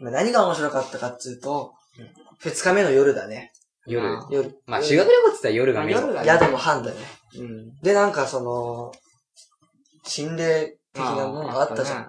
まあ何が面白かったかっていうと、二日目の夜だね。夜。あ夜。まあ、修学旅行って言ったら夜がまあメイン。夜がね、宿も半だね。うん。で、なんかその、心霊的なものがあったじゃん。ん。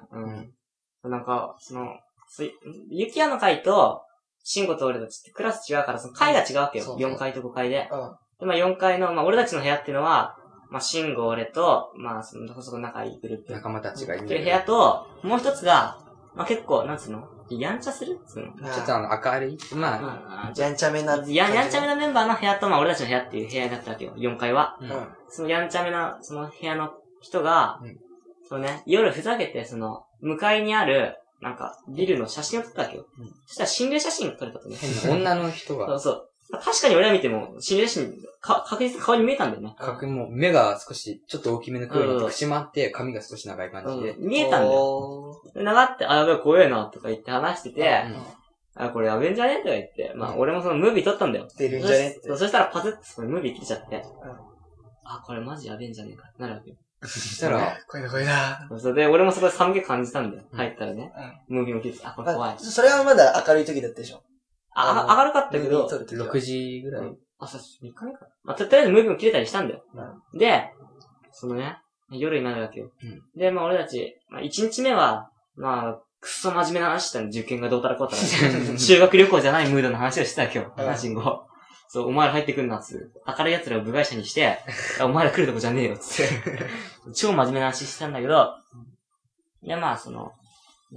うん。なんか、その、そいゆきやの会と、慎吾と俺たちってクラス違うから、その会が違うわけそよ。う4階と5階で。うん。で、まあ4階の、まあ俺たちの部屋っていうのは、まあ慎吾俺と、まあその、そこ仲いいグループ。仲間たちがいるんとだいけう部ど屋と、もう一つが、まあ結構、なんつうのやんちゃするつうのちょっとあの、明るい。まあ、まあやんちゃめな。や、やんちゃめなメンバーの部屋と、まあ俺たちの部屋っていう部屋だったわけよ。4階は。ううんん。そのやんちゃめな、その部屋の人が、うんそのね、夜ふざけて、その、向かいにある、なんか、ビルの写真を撮ったわけよ。うんそしたら心霊写真撮れたとね。変な女の人そが、うそう。確かに俺は見ても、心霊写真、か、確実に顔に見えたんだよね。かくもう目が少し、ちょっと大きめの黒いのうんと口もあって、髪が少し長い感じで。うん見えたんだよ。よ。で、長って、あ、やべえ、怖えな、とか言って話してて、うんあ、これやべえんじゃねとか言って、まあ、うん俺もそのムービー撮ったんだよ。出るんじゃねってそしそしたらパズってそのムービー切れちゃって、んあ、これマジやべえんじゃねえかってなるわけよ。そしたら、これだこれだ。それで、俺もそこで寒気感じたんだよ。うん入ったらね、ムービーも切れてて、あ、これ怖いあ。それはまだ明るい時だったでしょ。あ、あ明るかったけムービーど撮、る時は6時ぐらい。朝3日目かな。まあ、ととりあえずムービーも切れたりしたんだよ。うで、そのね、夜になるわけよ。で、まあ俺たち、まあ1日目は、まあ、くっそ真面目な話してたの、受験がどうたらこうたら。修学旅行じゃないムードの話をしてたわけよ、うん話後。そう、お前ら入ってくんなっつう。明るい奴らを部外者にして、いやお前ら来るとこじゃねえよっつって。超真面目な話してたんだけど、で、まあその、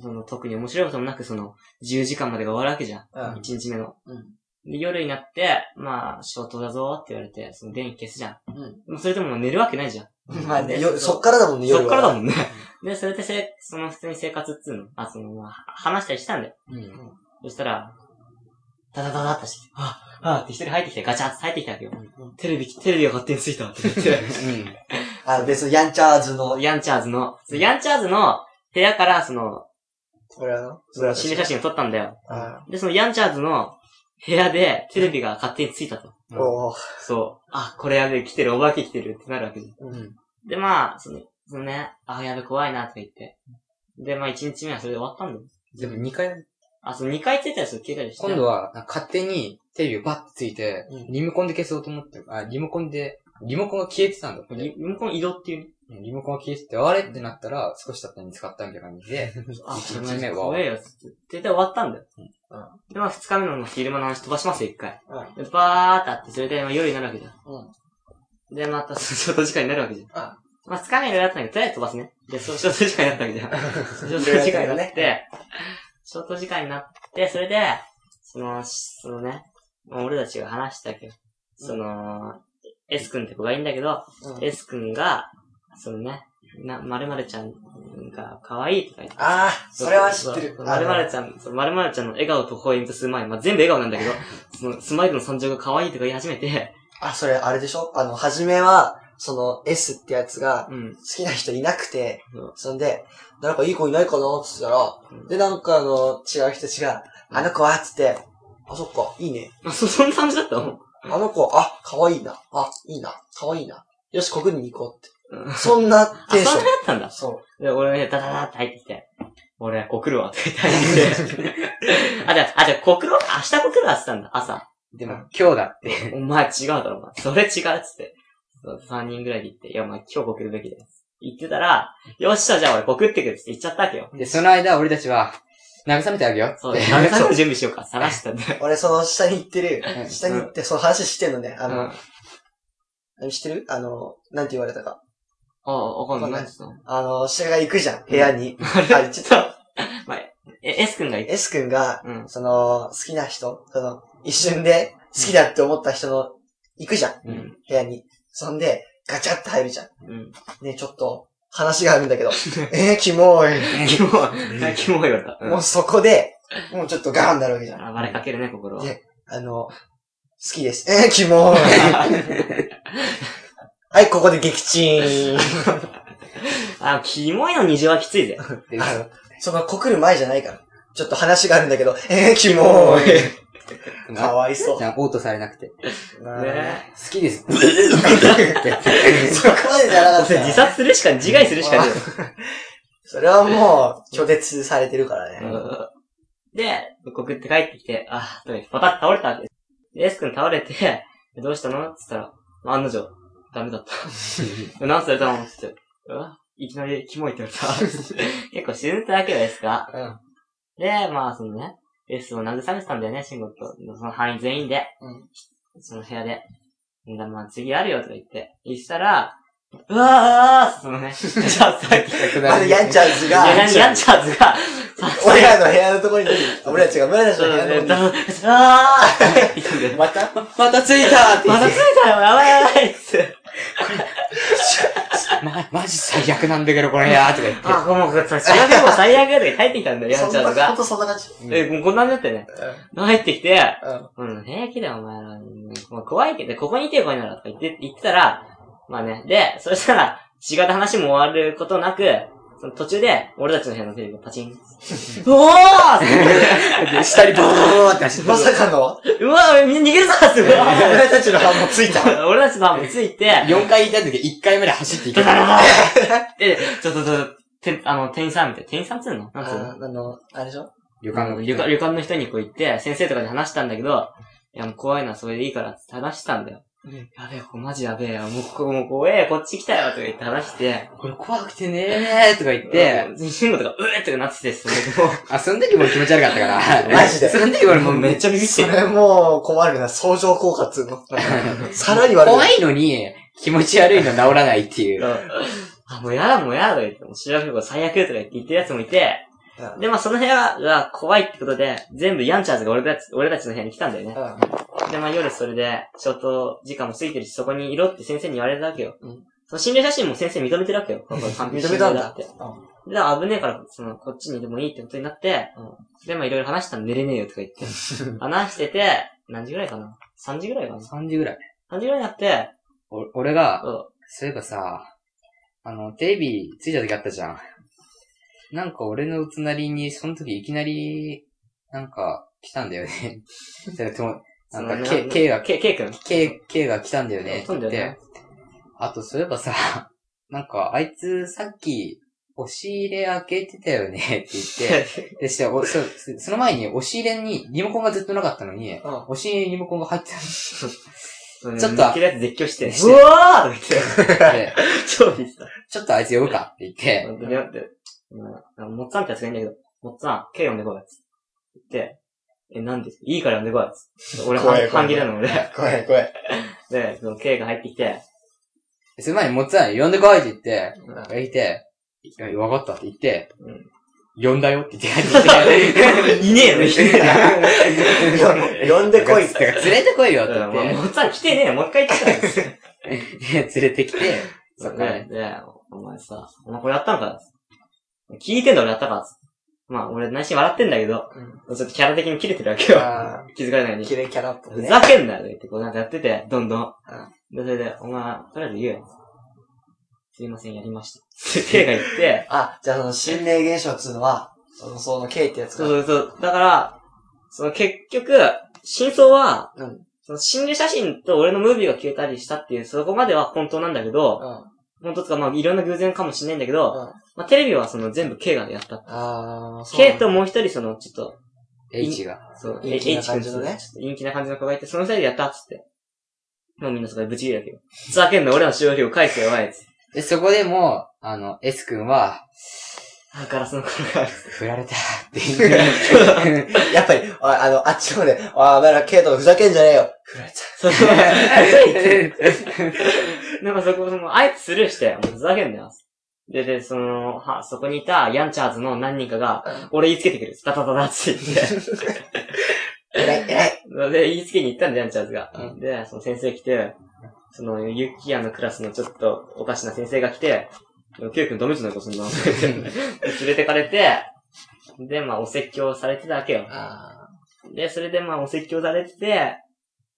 その特に面白いこともなく、その、10時間までが終わるわけじゃん。うん。一日目の。うんで、夜になって、まあ、消灯だぞって言われて、その電気消すじゃん。うんでもそれでも寝るわけないじゃん。まあね、よそっからだもんね、そっ夜は。からだもんね。で、それでせ、その普通に生活っつうの、あ、その、まあ、は話したりしたんだよ。うん。そしたら、ダダダダってしてきて、あ、あって一人入ってきて、ガチャって入ってきたわけよ。テレビ、テレビが勝手についたって言って。あ、別にヤンチャーズの、ヤンチャーズの、そのヤンチャーズの部屋から、その、俺らのその心霊写真を撮ったんだよ。あで、そのヤンチャーズの部屋でテレビが勝手についたと。うんおーそう。あ、これやべえ、来てる、お化け来てるってなるわけじゃん。うん。で、まあ、その、そのね、あ、やべ、怖いなとか言って。で、まあ、一日目はそれで終わったんだよ。でも2回、あ、その2回ついたやつを消えたりして。今度は、勝手にテレビをバッてついてうん、リモコンで消そうと思って、あ、リモコンで、リモコンが消えてたんだって。リ、リモコン移動っていうね。うんリモコンが消えてて、あれってなったら、少し経ったら見つかったみたいな感じで、あ、一それ日目は怖えよ、つって。絶対終わったんだよ。うんで、まあ、二日目の昼間の話飛ばしますよ、一回。うんで、バーってあって、それでまあ夜になるわけじゃん。うんで、また、ショート時間になるわけじゃん。あまあ、二日目いろいろあったんだけど、とりあえず飛ばすね。で、そう、ショート時間になったわけじゃん。ショート時間になって、ショート時間になって、それで、その、しそのね、まあ俺たちが話したけど、その、S 君って子がいいんだけど、うん S 君が、そのね、な、まるちゃんが可愛いとか言って。あー、それは知ってる。まるまるちゃん、そうまるまるちゃんの笑顔と微笑みとスマイル、まあ、全部笑顔なんだけ ど、その、スマイルの惨状が可愛いとか言い始めて、あ、それあれでしょあの、初めは、その S ってやつが、うん好。きな人いなくてうん、そんで、なんかいい子いないかなって言ったうんら、で、なんかあの、違う人たちが、うんあの子はっつって、あ、そっか、いいね。まあ、そ、そんな感じだったのあの子、あ、可愛いな。あ、いいな。可愛いな。よし、国に行こうっうんて。そんなあ、そテんンなショ感じンだ。ったんだ。そで、俺の部屋ダダダって入ってきて、俺、告るわって言って入ってき て、あ、じゃあ、あ、じゃあ、告るわ明日告るわって言ったんだ、朝。でも、今日だって。お前違うだろ、お前。それ違うっつって。そう3人ぐらいで言って、いや、お前今日告るべきだよ。言ってたら、よっしゃ、じゃあ俺告ってくるっつって言っちゃったわけよ。で、その間、俺たちは、 慰めてあげようって。そう、 ダメさんの準備しようか、探してたんだう。俺、その下に行ってるう、ん下に行って、その話してんのね。 あうんの、知ってるあの、なんて言われたか。ああ、わかんない。わかんない何したのあの、下が行くじゃん、部屋に。あ、ちょっちょと、っと、まあ、え、S 君がいて、 S 君が、うん。その、好きな人、その、一瞬で好きだって思った人の、行くじゃん、ううんん。部屋に。そんで、ガチャって入るじゃん。うん。ね、ちょっと、話があるんだけ ど。えー、キモい。キモい、キモい言われた。うんもうそこで、もうちょっとガーンになるわけじゃん。あ、バレかけるね、心は。であの、好きです。えー、キモい。 はい、ここで撃沈。あ、キモいの虹はきついぜ。であの、その、告る前じゃないから。ちょっと話があるんだけど、えー、キモい。かわいそうじ。ゃあ、オートされなくて。好ねねきです。 そこまでじゃなかったよ。自殺するしか、自害するしかねそれはもう、拒絶されてるからね。え。で、告って帰ってきて、あー、とか言ってパタッと倒れたわけです。で S 君倒れて、どうしたのって言ったら、案の定、ダメだった。何されたのって言って、うわいきなりキモいって言われた。 結構死ぬってわけよ、S が。うん。で、まあ、そのね、S を慰めてたんだよね、慎吾と。その範囲全員で。その部屋で。んだ、まあ、次あるよ、とか言って。言ったら、うわーそ のね、ジャズが、あの、ヤンチャーズが、ヤンヤンチャーズが、さ俺らの部屋のところに、俺たちが村田そさんのう部ね、屋だのあーって言ってんだよ。またまたついたって言まっだて着いたよ、やばいやばいっつって。 ま、マジ最悪なんだけど、これやーとか言 って。あ、もう、それでも最悪で帰ってきたんだよ、ヤンそチャんーな、ズほんが。とそんな感じ。うんえ、もうこんなんだってね。入ってきて、うん。うん、平気だよ、お前ら。うんまあ怖いけど、ここにいてよ、ここになら、とか言って、言ってたら、まあね。で、そしたら、違った話も終わることなく、その途中で、俺たちの部屋のテレビがパチン。おーで、下にボーって走って。まさかの、うわみんな逃げるぞすごい俺たちの班もついた。俺たちの班もついて、 4回いた時1回目で走っていけた。で、ちょっと、ちょっと、てあの、店員さんみたいな。店員さんっつうのなんつうのああの、あれでしょ旅あの旅館旅館の人にこう言って、先生とかに話したんだけど、いや、もう怖いな、それでいいからって話したんだよ。うんやべえ、ここマジやべえよ。もうここ、もう怖えよ、こっち来たよ、とか言って話して、これ怖くてねーとか言って、で、慎吾とか、うえーとかなってて、それでもあ、その時も気持ち悪かったから。マジでその時俺もう、うめめっっちちゃビビってそる。れもう困るな、相乗効果っつうの。ゃ。さらに悪い。怖いのに、気持ち悪いの治らないっていう。あ、もうやだ、もうやだ、とか言って、もう修学旅行最悪とか言って言ってるやつもいて、うんで、まあその部屋が怖いってことで、全部ヤンチャーズが俺たち、俺たちの部屋に来たんだよね。うんで、まあ夜それで、ショート時間も過ぎてるし、そこにいろって先生に言われたわけよ。うんその心霊写真も先生認めてるわけ よ。認めたんだって。で、だから危ねえから、その、こっちにでもいいってことになって、うんで、まあいろいろ話したら寝れねえよとか言って。話してて、何時ぐらいかな ?3 時ぐらいかな3時ぐらい。 ?3 時ぐらいになって、お俺が、うんそういえばさ、あの、テレビついた時あったじゃん。なんか俺の隣に、その時いきなり、なんか、来たんだよ ね。それともなんか、その K、K が、 K、K 君 K、K が来たんだよね。そう飛んだよねってあと、そういえばさ、 なんか、あいつさっき、押し入れ開けてたよねって言って、 でして、おそその前に押し入れにリモコンがずっとなかったのに、うん押し入れにリモコンが入ってたんですよちょっちょっと寝てるやつ絶叫して。してうわーとか言って。で 超ビビった。ちょっとあいつ呼ぶかって言って、で、待って、うんもっさんってやつがいいんだけど、もっさん、K 呼んでこいやつ。って、え、なんでいいから呼んでこいやつ。俺、怖い半怖い半切れなの、俺。怖い怖い。で、その K が入ってきて、その前にもっつぁん呼んでこいって言って、うん言って、いやわかったって言ってうん、呼んだよって 言って帰ってきて、いねえよ、い ねえよ。よ呼んでこいっててか 連れてこいよって言だかっらてもう、もっさん来てねえよ、もう一回来たんですよ。で、 連れてきて、そっからで、で、お前さ、お前これやったのか聞いてんだ俺やったかまあ、俺内心笑ってんだけど、ちょっとキャラ的に切れてるわけよ。あ気づかれないようーに。キレイキャラっぽくふね。ざけんなよとか言って、こうなんかやってて、どんどん。で、それで、お前、とりあえず言うよ。すいません、やりました。って、手が言って、あ、じゃあその心霊現象っつうのは、その、その K ってやつそか。ううそうそう。だから、その結局、真相は、うんその心霊写真と俺のムービーが消えたりしたっていう、そこまでは本当なんだけど、ん。本当とか、まあ、いろんな偶然かもしれないんだけど、うんまあ、テレビはその全部 K がやった。あー、そうなん K だ。ともう一人、その、ちょっと、 H が。そう、陰気な H 君感じのねちょっと陰気な感じの子がいて、その二人でやったっつって。もうみんなそこでぶち切れるわけど。ふざけんな、俺らの使用料返せよ、お前っつって。で、そこでもう、あの、S 君は、 あ、ガラスの頃が。振られたって言って、やっぱり、ああの、あっちの方で、あー、お前ら K とふざけんじゃねえよ。振られそうそう。 なんかそこ、もうあえてスルーして、もうふざけんなよ。で、で、その、は、そこにいた、ヤンチャーズの何人かが、俺言いつけてくる。タタタタって言って。た。偉い、偉い。で、言いつけに行ったんだよ、ジャンチャーズが。うで、その先生来て、その、ユキヤのクラスのちょっとおかしな先生が来て、ケイ君ダメじゃないか、そんな。 連れてかれて、で、まあ、お説教されてたわけよ。あで、それでまあ、お説教されてて、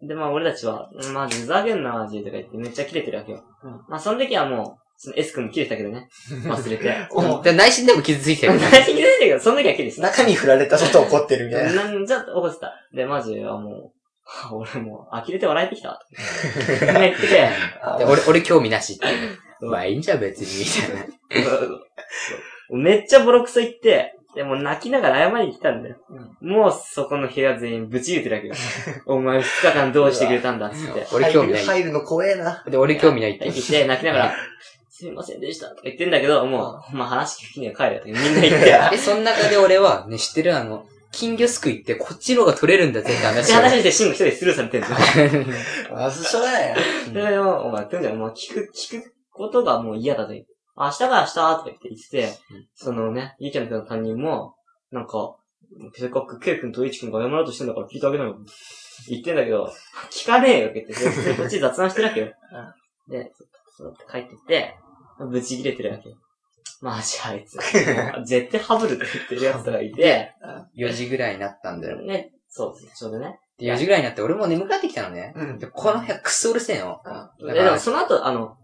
で、まあ、俺たちは、うんマジふざけんな、マジとか言ってめっちゃキレてるわけよ。うんまあ、その時はもう、その S 君もキレてたけ どね。忘れて。おで内心でも傷ついてる。大事に出てたけど、その時はキレてーた。中に振られたこと怒ってるみたいな。なんじゃ、怒ってた。で、マジはもう、俺もう、呆れて笑えてきたわ。とか言って、あでー俺、俺興味なしっていう。まあいいんじゃん別に、みたいな。そうめっちゃボロクソ言って、でも泣きながら謝りに来たんだよ。もうそこの部屋全員ぶち入れてるわけよ。お前二日間どうしてくれたんだっつって。俺興味ない。入るの怖えな。で、俺興味ないってで、。して泣きながら、すいませんでしたとか言ってんだけど、もう、まあ話聞きには帰れとかみんな言 っ で、て。その中で俺は、ね、知ってるあの、金魚すくいってこっちの方が取れるんだぜってで、話を。話してシンゴ一人スルーされてんじゃん。 あ、そしょうがないな。で、でも、お前、くんじゃん、もう聞く、聞くことがもう嫌だと言って。明日が明日とか言って言ってて、そのね、ゆうちゃんくんの担任も、なんか、せっかくケイくんとイチくんが謝ろうとしてんだから聞いてあげなよ。言ってんだけど、聞かねえよって言って、ででこっち雑談してるわけよ。で、そうやって帰ってきて、ブチ切れてるわけよ。マジあい つ。もう絶対ハブるって言ってるやつがい て、 4時ぐらいになったんだよ。ね、そうですね、ちょうどね。で、4時ぐらいになって俺も眠くなってきたのね。うんで、この部屋くそうるせえの。だかえ、でもら、その後、あの、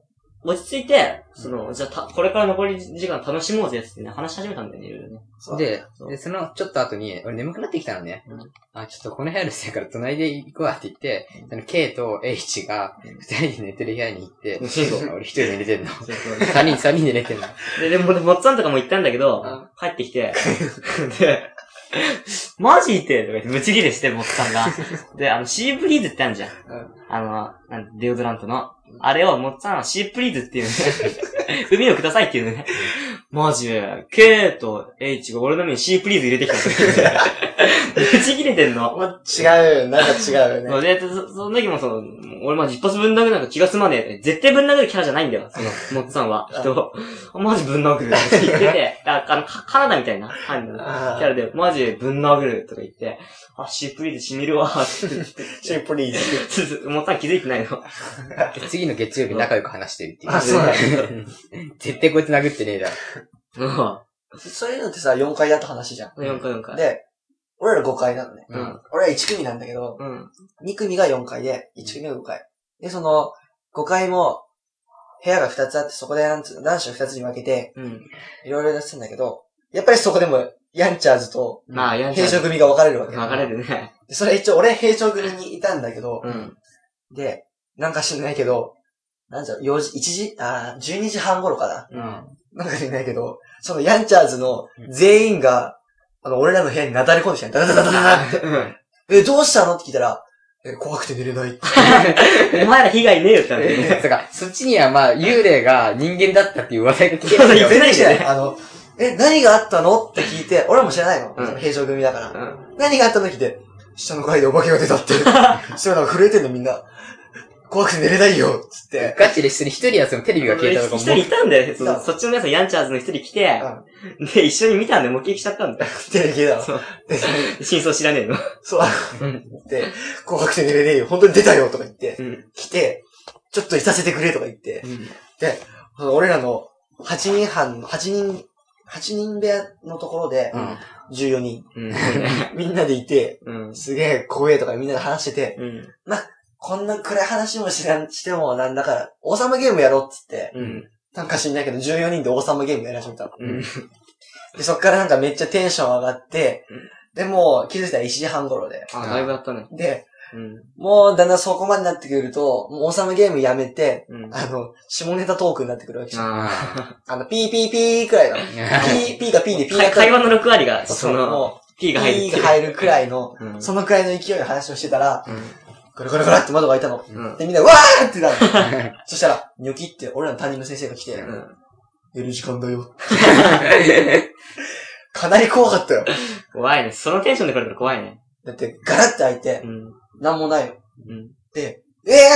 落ち着いて、その、じゃあた、これから残り時間楽しもうぜっつってね、話し始めたんだよね、いろいろ ね。そうでそ、うでそのちょっと後に、俺眠くなってきたのね。うんあ、ちょっとこの部屋うるせえから隣で行くわって言って、あの、K と H が二人で寝てる部屋に行って、シンゴ俺一人で寝てんの。 そうそう三人、三人で寝てんの。で、でも、もっつぁんとかも行ったんだけどうん、帰って きて、で、マジいてとか言って、ブチギレして、もっつぁ んが。で、あの、シーブリーズってあるじゃんうん。あの、なんデオドラントの。あれを、もっつぁんはシープリーズっていう ね。海をくださいっていうね。マジ、K と H が俺の目にシープリーズ入れてきたん だよ。ブチギレてんの。ま違う、なんか違うよね。で、そその時もその、俺まじ一発ぶん殴るなんか気が済まねえって。絶対ぶん殴るキャラじゃないんだよ、その、モッツさん は。人を。マジぶん殴るって言って て、ああの、カカナダみたいな、はいキあャラで、マジぶん殴るとか言って、あ、シープリーズ染みるわ、 って言って。シンプルに。モッツさん気づいてないの。で次の月曜日仲良く話してるっていう。あそうなんだ 絶対こいつ殴ってねえだろ。うん。そういうのってさ、4階だと話じゃん。 4回4回。で、俺ら5階なのね。うん。俺ら1組なんだけど、うん。 2組が4階で、1組が5階。で、その、5階も、部屋が2つあって、そこでなんつうの男子を2つに分けて、うん。いろいろ出してんだけど、やっぱりそこでも、ヤンチャーズと、まあ、やんちゃ平常組が分かれるわけ。分かれるね。でそれ一応、俺平常組にいたんだけど、うん。で、なんか知んないけど、なんじゃ、4時、1時、あー12時半頃かな。うん。なんか知んないけど、そのヤンチャーズの全員が、あの、俺らの部屋になだれ込んできたのダダダダダダって。え、どうしたのって聞いたら、え、怖くて寝れ ないって。お前ら被害ねえよってなって。 つうか、そっちにはまあ、幽霊が人間だったっていう話題が聞けそなういよそう。全然知らない。あの、え、何があったのって聞いて、俺らも知らないの。うん平常組だから。うん。何があったの聞いて、下の階でお化けが出たって。下の階震えてんのみんな。怖くて寝れないよっつって。ガチで一緒に一人やそのテレビが消えたと一か人もいたんだよね。そそのうそっちのやつ、ヤンチャーズの一人来て、で、一緒に見たんだよ。目撃しちゃったんだ よ。テレビ消えたそのう。真相知らねえの。そう、あうのんで、怖くて寝れねえよ。本当に出たよとか言って、うん。来て、ちょっといさせてくれとか言って、その俺らの8人半、8人、八人部屋のところでう、ん。 14人、うん。みんなでいて、うん。すげえ怖えとかみんなで話してて、うん。こんな暗い話もしなしてもなんだから、王様ゲームやろうっつって、うん。なんか知んないけど14人で王様ゲームやり始めたの。うん。で、そっからなんかめっちゃテンション上がってうで、ん、もう気づいたら1時半頃で。あ、だいぶやったね。で、うん。もうだんだんそこまでなってくると、もう王様ゲームやめて、うん。あの、下ネタトークになってくるわけじゃん。ああの、ピーピーピーくらいの。ピー、ピーがピーでピーが会会話の6割が、そ、そうの、も P う、が入る。ピーが入るくらいの、うん。そのくらいの勢いの話をしてたら、うんゴラゴラゴラって窓が開いたの。うん。で、みんな、わーってなる。そしたら、ニョキって、俺らの担任の先生が来て、寝る時間だよ。かなり怖かったよ。怖いね。そのテンションで来るから怖いね。だって、ガラッて開いてう、ん。なんもないよ。うん。え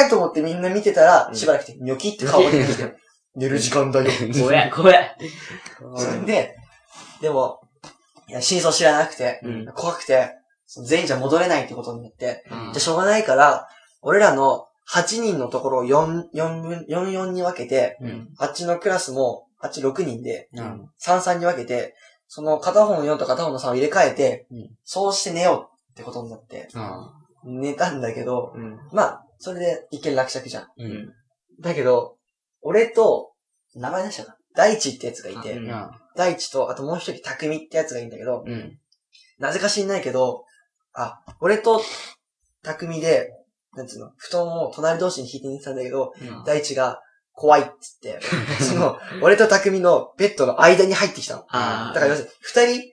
ーと思ってみんな見てたらう、んしばらくして、ニョキって顔が出てきて、寝る時間だよ。怖 え、怖え。それ で、でも、いや、真相知らなくて、うん。怖くて、その全員じゃ戻れないってことになって、うんじゃ、しょうがないから、俺らの8人のところを4、4分、4、4に分けて、うんあっちのクラスも、あっち6人で、うん三三に分けて、その片方の4と片方の3を入れ替えて、うんそうして寝ようってことになって、寝たんだけど、うん。まあ、それで一見落着じゃん。うんだけど、俺と、名前出したかな大地ってやつがいて、あうん大地と、あともう一人匠ってやつがいいんだけど、うんなぜか知んないけど、あ、俺と匠で、なんつうの、布団を隣同士に引いて寝てたんだけど、うん大地が怖いっつって、 その、俺と匠のベッドの間に入ってきたの。あだかーら要するに、二人、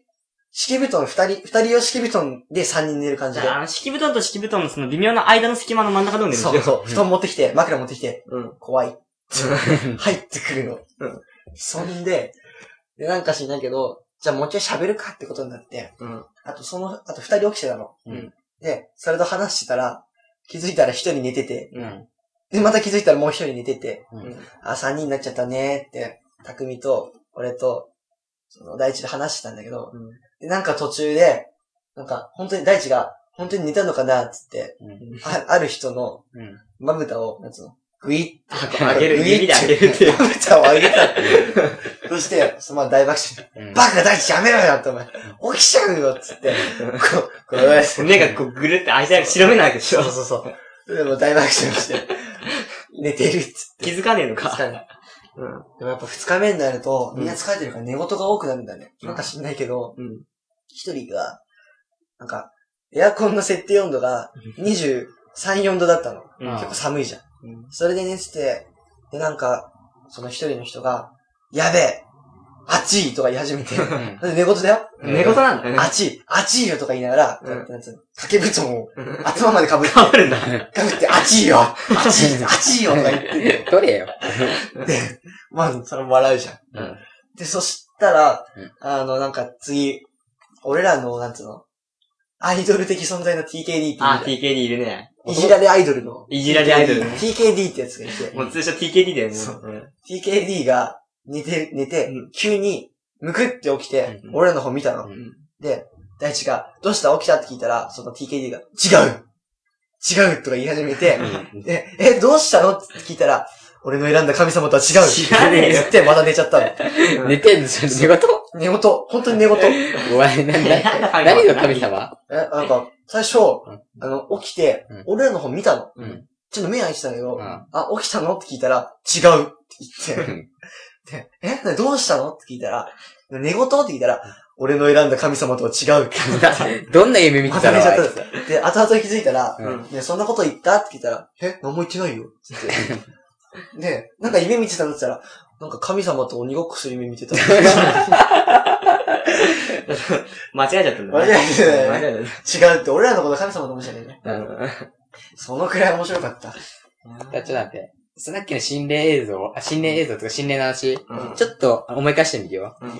敷布団二人、二人用敷布団で三人寝る感じじゃであ、。あの、敷布団と敷布団のその微妙な間の隙間の真ん中でも寝るんですそうよ。そう。布団持ってきて、枕持ってきて、うん。怖い。入ってくるの。うん。そんで、で、なんか知んないけど、じゃあもう一回喋るかってことになって、うん。あとその、あと二人起きてたの。うん。で、それと話してたら、気づいたら一人寝てて、うん。で、また気づいたらもう一人寝てて、うんあ、三人になっちゃったねーって、匠と、俺と、その、大地で話してたんだけど、うんで、なんか途中で、なんか、本当に大地が、本当に寝たのかなっつって、うんあある人のうん。まぶたを、なんつうの、グイッあて、あげるグイッ指であげるって いうまぶ たを上げたっていう。 そして、そのまま大爆笑。うんバカ大地やめろよってお前、起きちゃうよっつって、こう、こう、目がこうぐるって開いたら白目なわけでしょそう。そうそう。でも大爆笑して、寝てるっつって。気づかねえの疲か。れたでもやっぱ二日目になると、みんな疲れてるから寝言が多くなるんだね。うんなんか知んないけど、うん。うん。一人が、なんか、エアコンの設定温度が23、4度だったの。うん結構寒いじゃん。うんそれで寝てて、で、なんか、その一人の人が、やべえ暑いとか言い始め て、うだんって寝言だよ寝言なんだよね。暑い暑いよとか言いながら、うんこうやってなんつうの掛け布団をうん 頭まで被って、変わるんだ。被って、暑いよ暑い暑いよとか言ってて、どれよ。で、まあ、それも笑うじゃん。うんで、そしたら、うんあの、なんか次、俺らの、なんつうのアイドル的存在の TKD っていうじゃんあ、TKD いるね。いじられアイドルの。いじられアイドルね TKD ってやつがいて、もう通称 TKD だよね。そううん。 TKD が寝て、寝て、うん急に、むくって起きて、うん俺らの方見たの。うんで、大地が、どうした起きたって聞いたら、その TKD が、違う違うとか言い始めて、 で、え、どうしたのって聞いたら、俺の選んだ神様とは違う知らねえよってまた寝ちゃったの。うん寝てんのそれ寝言寝言、本当に寝言。え、お前、な、な、何の神様なんか、最初、あの、起きてうん、俺らの方見たの。うんちょっと目開いてたんだけど、うんあ、起きたのって聞いたら、違うって言っうて、んでえ、どうしたのって聞いたら、寝言って聞いたら、俺の選んだ神様とは違うって言ってどんな夢見まてたたの寝ちゃった。で、後々気づいたら、うんね、そんなこと言ったって聞いたら、え、何も言ってないよって言って。で、なんか夢見てたのって言ったら、なんか神様と鬼ごっこする夢 見てた。 間違えちゃったんだね。間違えてない間違えち違うって、俺らのこと神様と思っちゃったよね。ゃった。そのくらい面白かった。ちょっと待って。さっきの心霊映像あ、心霊映像とか心霊の話、うんちょっと思い返してみるよ。うん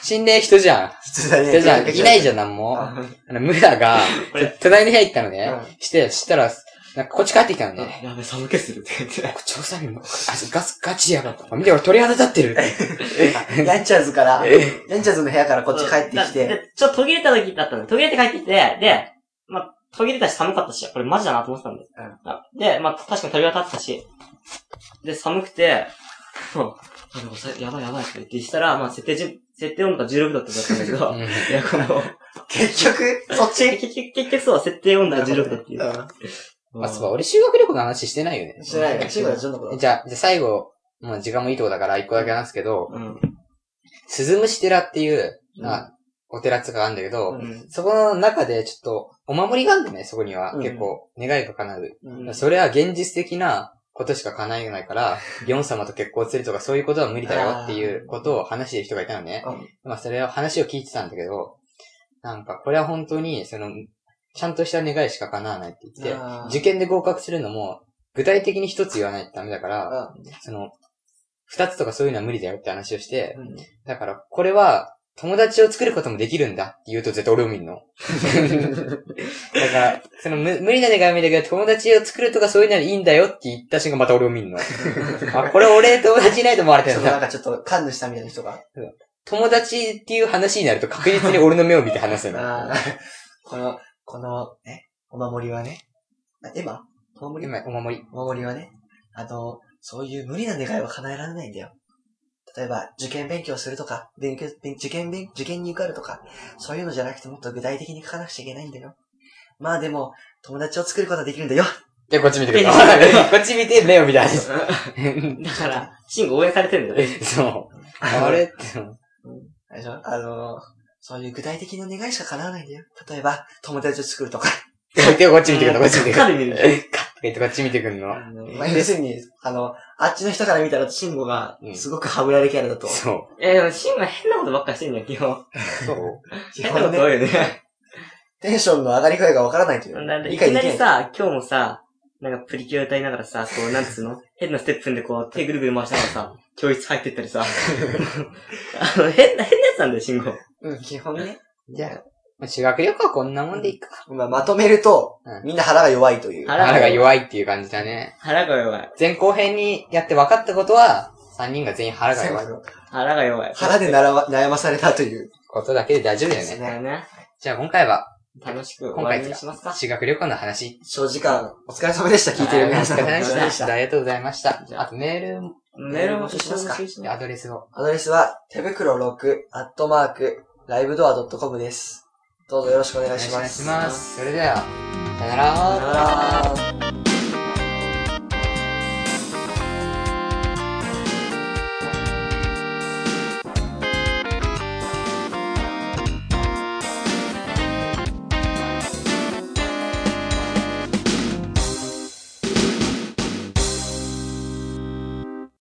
心霊人じゃん。 普通だね。人じゃん。いないじじゃん、なんも。あん。の、ムラがこれ、隣の部屋行ったのねう。して、したら、なんかこっち帰ってきたのうんね。やべ、寒気するって言って。調査員も、あガス、ガチでやばい。あ見て、俺鳥肌立 ってる。ヤンチャーズから、ヤえンチャーズの部屋からこっち帰ってきだて、でちょっと途切れた時だったの。途切れて帰ってきて、で、まあ、途切れたし寒かったし、これマジだなと思ってたんで。うんあで、まあ、確かに鳥が立ってたし。で、寒くて、もう、あ、でもさ、やばいやばいって言ってしたら、まあ、設定じゅ、設定温度が16度ってだったんだ けど、エアコンの。結局、そっち結局、結局そう、設定温度が16度っていう。あ、そうだ、俺修学旅行の話してないよねうん。。してないよ。中学はちょっとこじゃあ、じゃあ最後、もう時間もいいとこだから一個だけなんですけど、うん。鈴虫寺っていう、うんあ、お寺っつうかあるんだけど、うんそこの中でちょっと、お守りがあるんだよね、そこには。うん結構、願いが叶う。うんそれは現実的なことしか叶えな いから、ギョン様と結婚するとかそういうことは無理だよっていうことを話してる人がいたのね。まあ、それを話を聞いてたんだけど、なんか、これは本当に、その、ちゃんとした願いしか叶わないって言って、あー受験で合格するのも、具体的に一つ言わないとダメだから、あその、二つとかそういうのは無理だよって話をして、うんだから、これは、友達を作ることもできるんだって言うと絶対俺を見んの。だから、その無無理な願いは無理だけど、友達を作るとかそういうのはいいんだよって言った瞬間また俺を見んの。あ、これ俺友達いないと思われてそるのんなんだ。かちょっと、神主さんみたいな人 が、友達っていう話になると確実に俺の目を見て話すの。あー この、この、ね、お守りはね、あ今お守り今、お守り。お守りはね、あの、そういう無理な願いは叶えられないんだよ。例えば、受験勉強するとか、勉強、勉受験勉、受験に受かるとか、そういうのじゃなくてもっと具体的に書かなくちゃいけないんだよ。まあでも、友達を作ることはできるんだよ。で、こっち見てくれ。いこやいやいやっち見て、目を見て話 す。だから、シンゴ応援されてるんだよね。そう。あれ って。 あれでしょあの、そういう具体的な願いしか叶わないんだよ。例えば、友達を作るとか。こっち見てくれ、こっち見てくれ。カル見る。カ言ってこっち見てくんの。まあ、要するに、あの、あっちの人から見たら、慎吾が、すごくはぶられキャラ だと。そえ、でも、シンは変なことばっかりしてんだよ、基本。う。そう。基変なこ本と多いね、よね。テンションの上がり具合がわからないといなう。んで理いき解でなきりない。さ、今日もさ、なんかプリキュア歌いながらさ、こう、なんつうの変なステップんでこう、手ぐるぐる回しながらさ、教室入ってったりさ。あの、変な、変なやつなんだよ、シンゴ。 うん、基本ね。じゃあ、修学旅行はこんなもんでいいか。まあ、まとめるとう、んみんな腹が弱いという。腹腹がが弱い。弱いっていう感じだね。腹が弱い。前後編にやって分かったことは、3人が全員腹が弱いそうそう腹が弱い。腹でならわ悩まされたという。ことだけで大丈夫だよそうね。でだよね。じゃあ今回は、楽しく終今わ回りでにすかしますか。修学旅行の話。長時間、お疲れ様でした、聞いてる皆さん。あーお疲れ様でししたた。ありがとうございましたじ。ゃああとメールも、メールも一緒に募集しますかアドレスを。アドレスは、手袋6、アットマーク、ライブドア .com です。どうぞよろしくお願いしおま願いす。します。それでは、さよならさよなら。